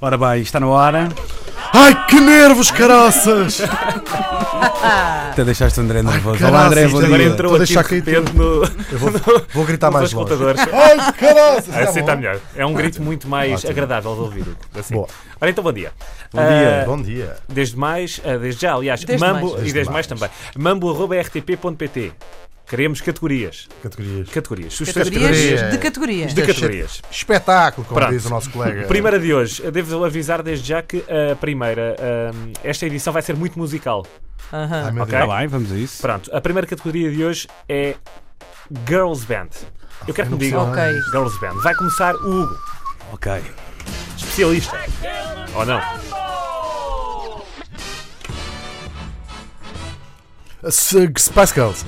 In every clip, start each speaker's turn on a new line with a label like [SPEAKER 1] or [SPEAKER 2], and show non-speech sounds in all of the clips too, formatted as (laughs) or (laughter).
[SPEAKER 1] Ora bem, está na hora.
[SPEAKER 2] Ai, que nervos, caraças!
[SPEAKER 1] Até deixaste o André nervoso.
[SPEAKER 2] caraças,
[SPEAKER 1] Olá, André, bom
[SPEAKER 2] isto
[SPEAKER 1] dia.
[SPEAKER 2] agora
[SPEAKER 3] entrou
[SPEAKER 2] Vou
[SPEAKER 3] aqui
[SPEAKER 2] deixar
[SPEAKER 3] de
[SPEAKER 2] cair
[SPEAKER 3] repente no,
[SPEAKER 2] Eu vou, vou gritar
[SPEAKER 3] nos
[SPEAKER 2] mais longe. (laughs)
[SPEAKER 3] auscultadores.
[SPEAKER 2] Ai, caraças! tá
[SPEAKER 3] Assim
[SPEAKER 2] bom.
[SPEAKER 3] está melhor. É um grito muito mais agradável de ouvir. Assim.
[SPEAKER 2] Boa.
[SPEAKER 3] Ora, então, bom dia.
[SPEAKER 2] Bom dia,
[SPEAKER 3] Ah,
[SPEAKER 2] bom dia.
[SPEAKER 3] Desde mais, ah, desde já, aliás,
[SPEAKER 4] Desde
[SPEAKER 3] mambo
[SPEAKER 4] mais.
[SPEAKER 3] e desde mais, também. mambo.rtp.pt Queremos categorias.
[SPEAKER 2] Categorias.
[SPEAKER 3] Categorias. Sugestões de categorias.
[SPEAKER 4] Categorias de categorias.
[SPEAKER 3] De categorias.
[SPEAKER 2] Espetáculo, como
[SPEAKER 3] Pronto.
[SPEAKER 2] diz o nosso colega.
[SPEAKER 3] Primeira de hoje, devo avisar desde já que a primeira, ah, esta edição vai ser muito musical.
[SPEAKER 2] Ai,
[SPEAKER 4] Aham.
[SPEAKER 2] meu
[SPEAKER 3] Ok.
[SPEAKER 2] Deus.
[SPEAKER 1] Está Tá bem, vamos a isso.
[SPEAKER 3] Pronto, a primeira categoria de hoje é Girls Band. Eu quero que me digam.
[SPEAKER 4] Ok.
[SPEAKER 3] Girls Band. Vai começar o Hugo,
[SPEAKER 1] Ok.
[SPEAKER 3] especialista. Ou não?
[SPEAKER 1] É,
[SPEAKER 2] S- Spice Girls.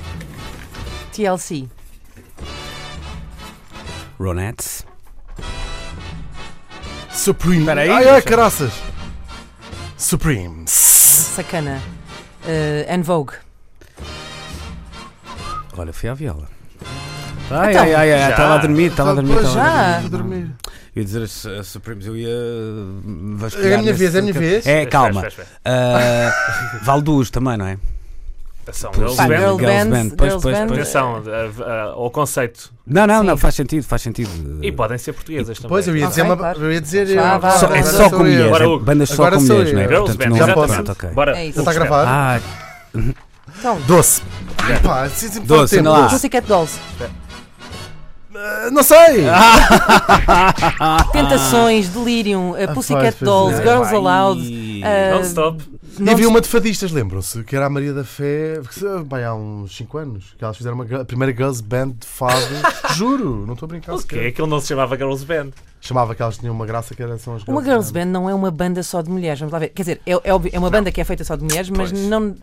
[SPEAKER 4] TLC.
[SPEAKER 1] Ronettes.
[SPEAKER 2] Supreme.
[SPEAKER 1] Espera aí,
[SPEAKER 2] ai, ai,
[SPEAKER 1] deixa-
[SPEAKER 2] caraças! Supreme.
[SPEAKER 4] Sacana. Eh, En Vogue.
[SPEAKER 1] Olha, fui à viola. Ai, ai, ai, ai,
[SPEAKER 3] já.
[SPEAKER 1] estava a dormir, estava Tá a dormir,
[SPEAKER 2] Então, Pois,
[SPEAKER 1] estava a
[SPEAKER 4] já.
[SPEAKER 1] dormir.
[SPEAKER 2] vou dormir.
[SPEAKER 1] Eu ia dizer as, as Supremes, eu ia uh, vasculhar
[SPEAKER 2] É a minha
[SPEAKER 1] nesse
[SPEAKER 2] vez, é a minha
[SPEAKER 1] bocado.
[SPEAKER 2] vez.
[SPEAKER 1] É, calma.
[SPEAKER 3] Espera, espera,
[SPEAKER 1] Ah, Valduz também, não é?
[SPEAKER 3] espera. São
[SPEAKER 1] Pá,
[SPEAKER 3] Girls
[SPEAKER 4] Pá,
[SPEAKER 3] Band.
[SPEAKER 4] girl
[SPEAKER 1] Girls
[SPEAKER 4] bands,
[SPEAKER 1] band, pois,
[SPEAKER 4] girls
[SPEAKER 1] pois,
[SPEAKER 4] band.
[SPEAKER 1] pois.
[SPEAKER 3] Atenção ah, ah, ao conceito.
[SPEAKER 1] Não, não, não,
[SPEAKER 4] Sim.
[SPEAKER 1] faz sentido, faz sentido.
[SPEAKER 3] E podem ser portuguesas também. Ah,
[SPEAKER 2] Pois, eu ia
[SPEAKER 4] Ok,
[SPEAKER 2] dizer. uma-
[SPEAKER 4] claro.
[SPEAKER 2] Eu ia dizer.
[SPEAKER 4] Já,
[SPEAKER 2] eu-
[SPEAKER 4] vá,
[SPEAKER 1] Só-
[SPEAKER 4] vá,
[SPEAKER 1] é
[SPEAKER 4] vá.
[SPEAKER 1] só com
[SPEAKER 2] sou eu.
[SPEAKER 1] mulheres,
[SPEAKER 3] Agora,
[SPEAKER 1] é
[SPEAKER 3] Hugo.
[SPEAKER 1] bandas só
[SPEAKER 2] Agora
[SPEAKER 1] com
[SPEAKER 2] sou
[SPEAKER 1] mulheres,
[SPEAKER 2] eu.
[SPEAKER 1] não é?
[SPEAKER 3] Girls
[SPEAKER 1] Portanto,
[SPEAKER 3] Band,
[SPEAKER 1] não-
[SPEAKER 2] já posso.
[SPEAKER 3] exatamente.
[SPEAKER 1] pronto, ok.
[SPEAKER 3] Bora.
[SPEAKER 4] É isso.
[SPEAKER 2] Já está
[SPEAKER 3] Hugo, espera.
[SPEAKER 2] gravado?
[SPEAKER 1] Ah,
[SPEAKER 4] Então,
[SPEAKER 2] Doce.
[SPEAKER 3] Já.
[SPEAKER 2] Pá, sim, sim,
[SPEAKER 1] Doce,
[SPEAKER 2] tempo,
[SPEAKER 1] anda lá.
[SPEAKER 2] doce.
[SPEAKER 4] Pussycat Dolls.
[SPEAKER 2] Ah, Não sei!
[SPEAKER 4] Tentações, Delirium, eh,
[SPEAKER 2] Ah, pois,
[SPEAKER 4] Pussycat
[SPEAKER 2] pois,
[SPEAKER 4] Dolls,
[SPEAKER 2] é.
[SPEAKER 4] Girls
[SPEAKER 1] Ai.
[SPEAKER 4] Aloud.
[SPEAKER 2] Ah,
[SPEAKER 4] eh,
[SPEAKER 3] Não stop.
[SPEAKER 4] não
[SPEAKER 2] E havia uma de fadistas, lembram-se? Que era a Maria da Fé, que se- bem, há uns 5 anos, que elas fizeram uma, gir- a primeira girls band de
[SPEAKER 4] (laughs)
[SPEAKER 2] fado. Juro, não estou a brincar.
[SPEAKER 3] O quê?
[SPEAKER 2] sequer.
[SPEAKER 3] é Aquilo não se chamava Girls Band.
[SPEAKER 2] Chamava que elas tinham uma graça que era são as
[SPEAKER 4] Uma girls band não é uma banda só de mulheres, vamos lá ver. Quer dizer, é, é óbvio, é uma banda que é feita só de mulheres, mas
[SPEAKER 3] Pois.
[SPEAKER 4] não.
[SPEAKER 1] Eh,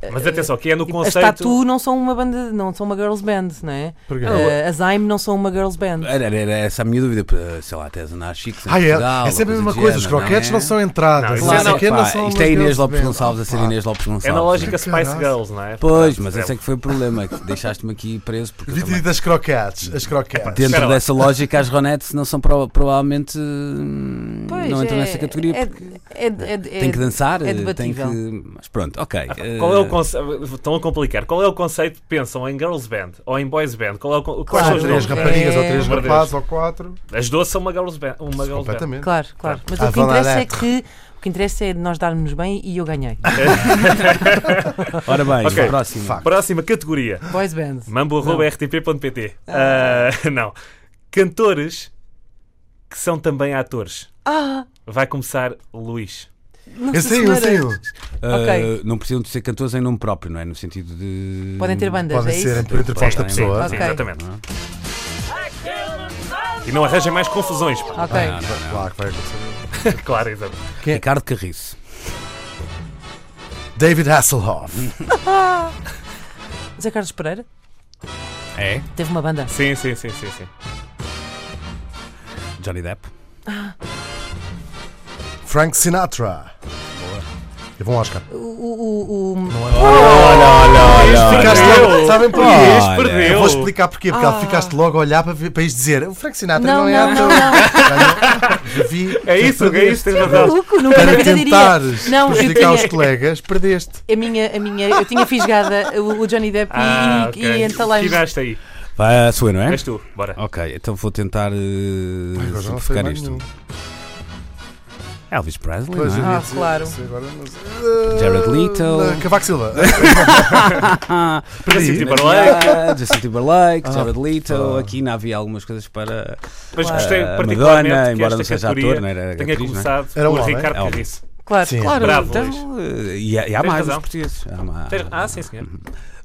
[SPEAKER 4] eh,
[SPEAKER 3] Mas atenção, que é
[SPEAKER 1] tipo,
[SPEAKER 3] no
[SPEAKER 4] As
[SPEAKER 3] conceito.
[SPEAKER 4] Tatu não são uma banda, não são uma girls band, não é?
[SPEAKER 2] Porquê?
[SPEAKER 4] Eh, as Aime não são uma girls band.
[SPEAKER 1] Era, era, era essa a minha dúvida, porque, sei lá, até as anarchicas. em
[SPEAKER 2] Ah,
[SPEAKER 1] Portugal,
[SPEAKER 2] é, é sempre
[SPEAKER 1] ou
[SPEAKER 2] a mesma
[SPEAKER 1] do
[SPEAKER 2] coisa, os
[SPEAKER 1] género,
[SPEAKER 2] croquetes não,
[SPEAKER 1] é?
[SPEAKER 2] são entradas.
[SPEAKER 3] Não, isso
[SPEAKER 2] não
[SPEAKER 3] é
[SPEAKER 2] sei
[SPEAKER 1] Claro,
[SPEAKER 3] não.
[SPEAKER 2] quê,
[SPEAKER 1] pá,
[SPEAKER 2] não são
[SPEAKER 1] isto
[SPEAKER 2] umas
[SPEAKER 1] é Inês
[SPEAKER 2] girls
[SPEAKER 1] Lopes
[SPEAKER 2] band.
[SPEAKER 1] Gonçalves a ser
[SPEAKER 2] Pá,
[SPEAKER 1] Inês Lopes Gonçalves.
[SPEAKER 3] É na lógica Spice
[SPEAKER 2] Caraca.
[SPEAKER 3] Girls, não é?
[SPEAKER 1] Pois,
[SPEAKER 3] Portanto,
[SPEAKER 1] mas
[SPEAKER 3] é-
[SPEAKER 1] esse é que foi o problema, que deixaste-me aqui preso, porque eu
[SPEAKER 2] Vi-
[SPEAKER 1] também- É
[SPEAKER 2] das croquetes, as croquetes.
[SPEAKER 1] dentro
[SPEAKER 3] Espera lá.
[SPEAKER 1] dessa lógica as Ronettes não são prova- provavelmente. hum,
[SPEAKER 4] Pois,
[SPEAKER 1] não entram
[SPEAKER 4] é-
[SPEAKER 1] nessa categoria.
[SPEAKER 4] É,
[SPEAKER 1] porque
[SPEAKER 4] é, é- é-
[SPEAKER 1] tem que dançar, eh,
[SPEAKER 4] é
[SPEAKER 1] tem que.
[SPEAKER 4] debatível.
[SPEAKER 1] Mas pronto, ok. eh,
[SPEAKER 3] Qual é o conceito? Estão a complicar. Qual é o conceito? Pensam em girls band ou em boys band? Qual é o con-
[SPEAKER 2] Quais
[SPEAKER 3] quais são
[SPEAKER 2] são
[SPEAKER 3] os
[SPEAKER 2] três
[SPEAKER 3] nomes?
[SPEAKER 4] rapaz.
[SPEAKER 2] raparigas ou três
[SPEAKER 3] É.
[SPEAKER 2] rapazes ou quatro?
[SPEAKER 3] As duas são uma girls band. Uma girls band.
[SPEAKER 2] Completamente.
[SPEAKER 4] Claro, claro.
[SPEAKER 3] Tá.
[SPEAKER 4] Mas
[SPEAKER 2] Ah,
[SPEAKER 4] o que
[SPEAKER 2] vá lá,
[SPEAKER 4] interessa é
[SPEAKER 2] dá.
[SPEAKER 4] que o que interessa é de nós darmos bem e
[SPEAKER 3] (laughs)
[SPEAKER 4] eu ganhei.
[SPEAKER 1] Ora bem,
[SPEAKER 3] Ok.
[SPEAKER 1] próximo.
[SPEAKER 2] Facto.
[SPEAKER 3] Próxima categoria:
[SPEAKER 4] Boys band.
[SPEAKER 3] mambo.rtp.pt. Ah, (laughs) não. Cantores que são também atores.
[SPEAKER 4] Ah,
[SPEAKER 3] Vai começar Luís.
[SPEAKER 4] Nossa
[SPEAKER 2] Eu sei, eu
[SPEAKER 4] Senhora.
[SPEAKER 2] sei.
[SPEAKER 1] Eh,
[SPEAKER 4] Ok.
[SPEAKER 1] Não precisam de ser cantores em nome próprio, não é? No sentido de.
[SPEAKER 4] Podem ter bandas,
[SPEAKER 2] Podem
[SPEAKER 4] é
[SPEAKER 2] ser
[SPEAKER 4] isso?
[SPEAKER 2] por interposta
[SPEAKER 3] Sim,
[SPEAKER 2] pessoa.
[SPEAKER 3] sim,
[SPEAKER 4] Ok.
[SPEAKER 3] Exatamente.
[SPEAKER 1] Não é?
[SPEAKER 3] E não arranjem mais confusões. pá.
[SPEAKER 4] Ok.
[SPEAKER 1] Ah, não, não.
[SPEAKER 2] Claro que vai acontecer.
[SPEAKER 3] Claro, exato.
[SPEAKER 1] Ricardo Carriço.
[SPEAKER 2] David Hasselhoff.
[SPEAKER 4] Zé Carlos Pereira
[SPEAKER 1] É?
[SPEAKER 4] teve uma banda.
[SPEAKER 3] Sim, sim, sim, sim. sim.
[SPEAKER 1] Johnny Depp.
[SPEAKER 2] Frank Sinatra. Eu vou um Oscar.
[SPEAKER 4] O, o, o- o-
[SPEAKER 2] Ficaste
[SPEAKER 3] Perdeu.
[SPEAKER 2] logo- sabem porquê?
[SPEAKER 3] Luís perdeu.
[SPEAKER 2] Eu vou explicar porquê, porque ela ficaste logo a olhar para, ver- para isto dizer o Frank Sinatra não,
[SPEAKER 4] Ah. Não,
[SPEAKER 2] é (laughs)
[SPEAKER 4] não, não, não.
[SPEAKER 2] ator. Vi-
[SPEAKER 3] É isso, é isso, tens razão.
[SPEAKER 4] Maluco, nunca na
[SPEAKER 2] Para
[SPEAKER 4] vida diria.
[SPEAKER 2] tentares
[SPEAKER 4] Não, eu
[SPEAKER 2] prejudicar os
[SPEAKER 4] tinha-
[SPEAKER 2] colegas, perdeste.
[SPEAKER 4] A minha, a minha, eu tinha fisgada o, o Johnny Depp e-
[SPEAKER 3] Ah,
[SPEAKER 4] e, e então
[SPEAKER 3] ok.
[SPEAKER 4] entalei-me.
[SPEAKER 3] Tiveste aí.
[SPEAKER 1] Vai a sua, não é?
[SPEAKER 3] És tu. Bora.
[SPEAKER 1] Ok, então vou tentar eh,
[SPEAKER 2] Agora já não sei
[SPEAKER 1] simplificar
[SPEAKER 2] mais
[SPEAKER 1] isto.
[SPEAKER 2] nenhum.
[SPEAKER 1] Elvis Presley,
[SPEAKER 2] Pois, eu
[SPEAKER 1] não é?
[SPEAKER 2] ia
[SPEAKER 4] Ah,
[SPEAKER 2] dizer,
[SPEAKER 4] claro.
[SPEAKER 2] não sei agora, não sei.
[SPEAKER 1] Jared Leto.
[SPEAKER 2] Ah, Cavaco Silva.
[SPEAKER 1] Ah,
[SPEAKER 3] Justin
[SPEAKER 2] Perdi.
[SPEAKER 3] Timberlake.
[SPEAKER 1] Ah, Justin Timberlake,
[SPEAKER 2] Ah,
[SPEAKER 1] Jared Leto.
[SPEAKER 2] pá.
[SPEAKER 1] Aqui ainda havia algumas coisas para
[SPEAKER 3] Mas
[SPEAKER 4] Claro.
[SPEAKER 3] gostei
[SPEAKER 1] Ah,
[SPEAKER 3] particularmente
[SPEAKER 1] Madonna,
[SPEAKER 3] que
[SPEAKER 1] embora
[SPEAKER 3] esta
[SPEAKER 1] não seja
[SPEAKER 3] categoria
[SPEAKER 1] ator, não era
[SPEAKER 3] tenha
[SPEAKER 1] atriz, não é?
[SPEAKER 3] começado
[SPEAKER 2] Era
[SPEAKER 4] um
[SPEAKER 3] por
[SPEAKER 2] homem.
[SPEAKER 3] Ricardo
[SPEAKER 1] É homem.
[SPEAKER 3] Carriço.
[SPEAKER 4] Claro,
[SPEAKER 2] Sim.
[SPEAKER 4] claro.
[SPEAKER 3] Bravo, Luís.
[SPEAKER 1] Então, eh, e há, e há
[SPEAKER 3] Tens
[SPEAKER 1] mais
[SPEAKER 3] razão.
[SPEAKER 1] os portugueses. Há ma-
[SPEAKER 3] Tens- Ah, sim, senhor.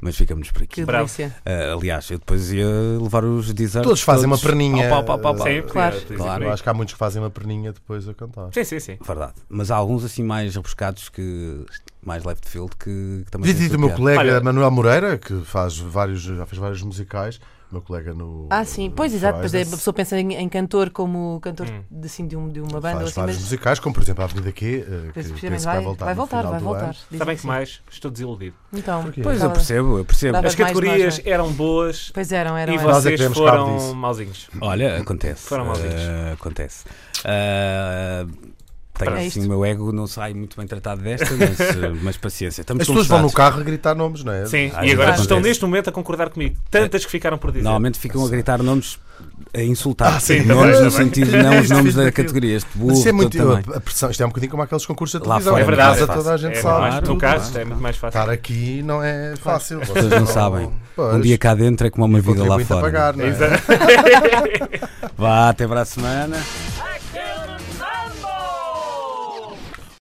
[SPEAKER 1] Mas ficamos por aqui.
[SPEAKER 4] Que
[SPEAKER 3] Bravo.
[SPEAKER 4] delícia.
[SPEAKER 1] Ah, aliás, eu depois ia levar os desertos.
[SPEAKER 2] Todos fazem uma perninha.
[SPEAKER 1] Pau, pau, pau, pau, pau.
[SPEAKER 3] Sim,
[SPEAKER 4] Claro.
[SPEAKER 3] podia dizer
[SPEAKER 1] Claro,
[SPEAKER 3] por aí.
[SPEAKER 2] Acho que há muitos que fazem uma perninha depois a cantar.
[SPEAKER 3] Sim, sim, sim.
[SPEAKER 1] Verdade. Mas há alguns assim mais rebuscados que. mais left field que, que também.
[SPEAKER 2] Devia ter dito
[SPEAKER 1] têm
[SPEAKER 2] o meu
[SPEAKER 1] sua piada.
[SPEAKER 2] colega
[SPEAKER 3] Olha-
[SPEAKER 2] Manuel Moreira, que faz vários, já fez vários musicais. O Meu colega no.
[SPEAKER 4] Ah, sim, pois exato. Pois é, a
[SPEAKER 2] Fridays.
[SPEAKER 4] pessoa pensa em, em cantor como cantor
[SPEAKER 3] Hum.
[SPEAKER 4] de, assim, de, um, de uma banda ou
[SPEAKER 2] Faz
[SPEAKER 4] assim,
[SPEAKER 2] vários
[SPEAKER 4] mas.
[SPEAKER 2] musicais, como por exemplo a Avenida Q, eh, que
[SPEAKER 4] mas
[SPEAKER 2] penso que
[SPEAKER 4] precisamente
[SPEAKER 2] vai voltar.
[SPEAKER 4] vai
[SPEAKER 2] no
[SPEAKER 4] voltar,
[SPEAKER 2] final
[SPEAKER 4] vai
[SPEAKER 2] do
[SPEAKER 4] voltar.
[SPEAKER 2] ano.
[SPEAKER 4] Dizem
[SPEAKER 3] Está bem
[SPEAKER 4] que
[SPEAKER 3] que
[SPEAKER 4] sim.
[SPEAKER 3] mais, estou desiludido.
[SPEAKER 4] Então,
[SPEAKER 1] Pois eu
[SPEAKER 4] estava-
[SPEAKER 1] percebo, eu percebo.
[SPEAKER 4] Dava-
[SPEAKER 3] As
[SPEAKER 4] Mas mais
[SPEAKER 3] categorias
[SPEAKER 4] nós, né?
[SPEAKER 3] eram boas
[SPEAKER 4] Pois eram, eram.
[SPEAKER 3] e
[SPEAKER 4] eram.
[SPEAKER 2] Nós é que
[SPEAKER 3] vocês
[SPEAKER 2] queremos cabo disso.
[SPEAKER 3] foram mauzinhos.
[SPEAKER 1] Olha, Eh, acontece.
[SPEAKER 3] Foram mauzinhos.
[SPEAKER 1] Ah, acontece. Ah, Tenho
[SPEAKER 4] É
[SPEAKER 1] assim,
[SPEAKER 4] isto.
[SPEAKER 1] o meu ego não sai muito bem tratado desta, mas,
[SPEAKER 3] (laughs)
[SPEAKER 1] eh, mas paciência. Estamos
[SPEAKER 2] As pessoas vão no
[SPEAKER 1] conversados.
[SPEAKER 2] carro a gritar nomes, não é?
[SPEAKER 1] Às
[SPEAKER 3] Sim, e agora
[SPEAKER 1] vezes
[SPEAKER 3] estão
[SPEAKER 1] acontece.
[SPEAKER 3] neste momento a concordar comigo. Tantas que ficaram por dizer.
[SPEAKER 1] Normalmente ficam a gritar nomes a insultar.
[SPEAKER 3] Ah, sim,
[SPEAKER 1] nomes
[SPEAKER 3] também,
[SPEAKER 1] no
[SPEAKER 3] também. (laughs)
[SPEAKER 1] sentido, não os
[SPEAKER 2] Este
[SPEAKER 1] nomes
[SPEAKER 2] fez
[SPEAKER 1] da
[SPEAKER 2] daquilo.
[SPEAKER 1] categoria. Este burro
[SPEAKER 2] Mas isso é muito.
[SPEAKER 1] também.
[SPEAKER 2] A pressão, isto é um bocadinho como aqueles concursos de
[SPEAKER 1] Lá
[SPEAKER 2] televisão.
[SPEAKER 1] fora
[SPEAKER 3] é verdade.
[SPEAKER 2] Em
[SPEAKER 1] mais
[SPEAKER 2] casa
[SPEAKER 1] fácil.
[SPEAKER 2] toda a gente
[SPEAKER 3] é,
[SPEAKER 2] sabe.
[SPEAKER 3] mais, no
[SPEAKER 1] Claro,
[SPEAKER 3] caso,
[SPEAKER 1] claro.
[SPEAKER 3] é muito mais fácil.
[SPEAKER 2] Estar aqui não é fácil. As
[SPEAKER 1] pessoas não sabem.
[SPEAKER 2] (laughs) Pois,
[SPEAKER 1] Um dia cá dentro é como uma vida lá
[SPEAKER 2] contribuinte a
[SPEAKER 1] fora.
[SPEAKER 2] pagar, não é?
[SPEAKER 3] Exato.
[SPEAKER 1] Vá, até para a semana.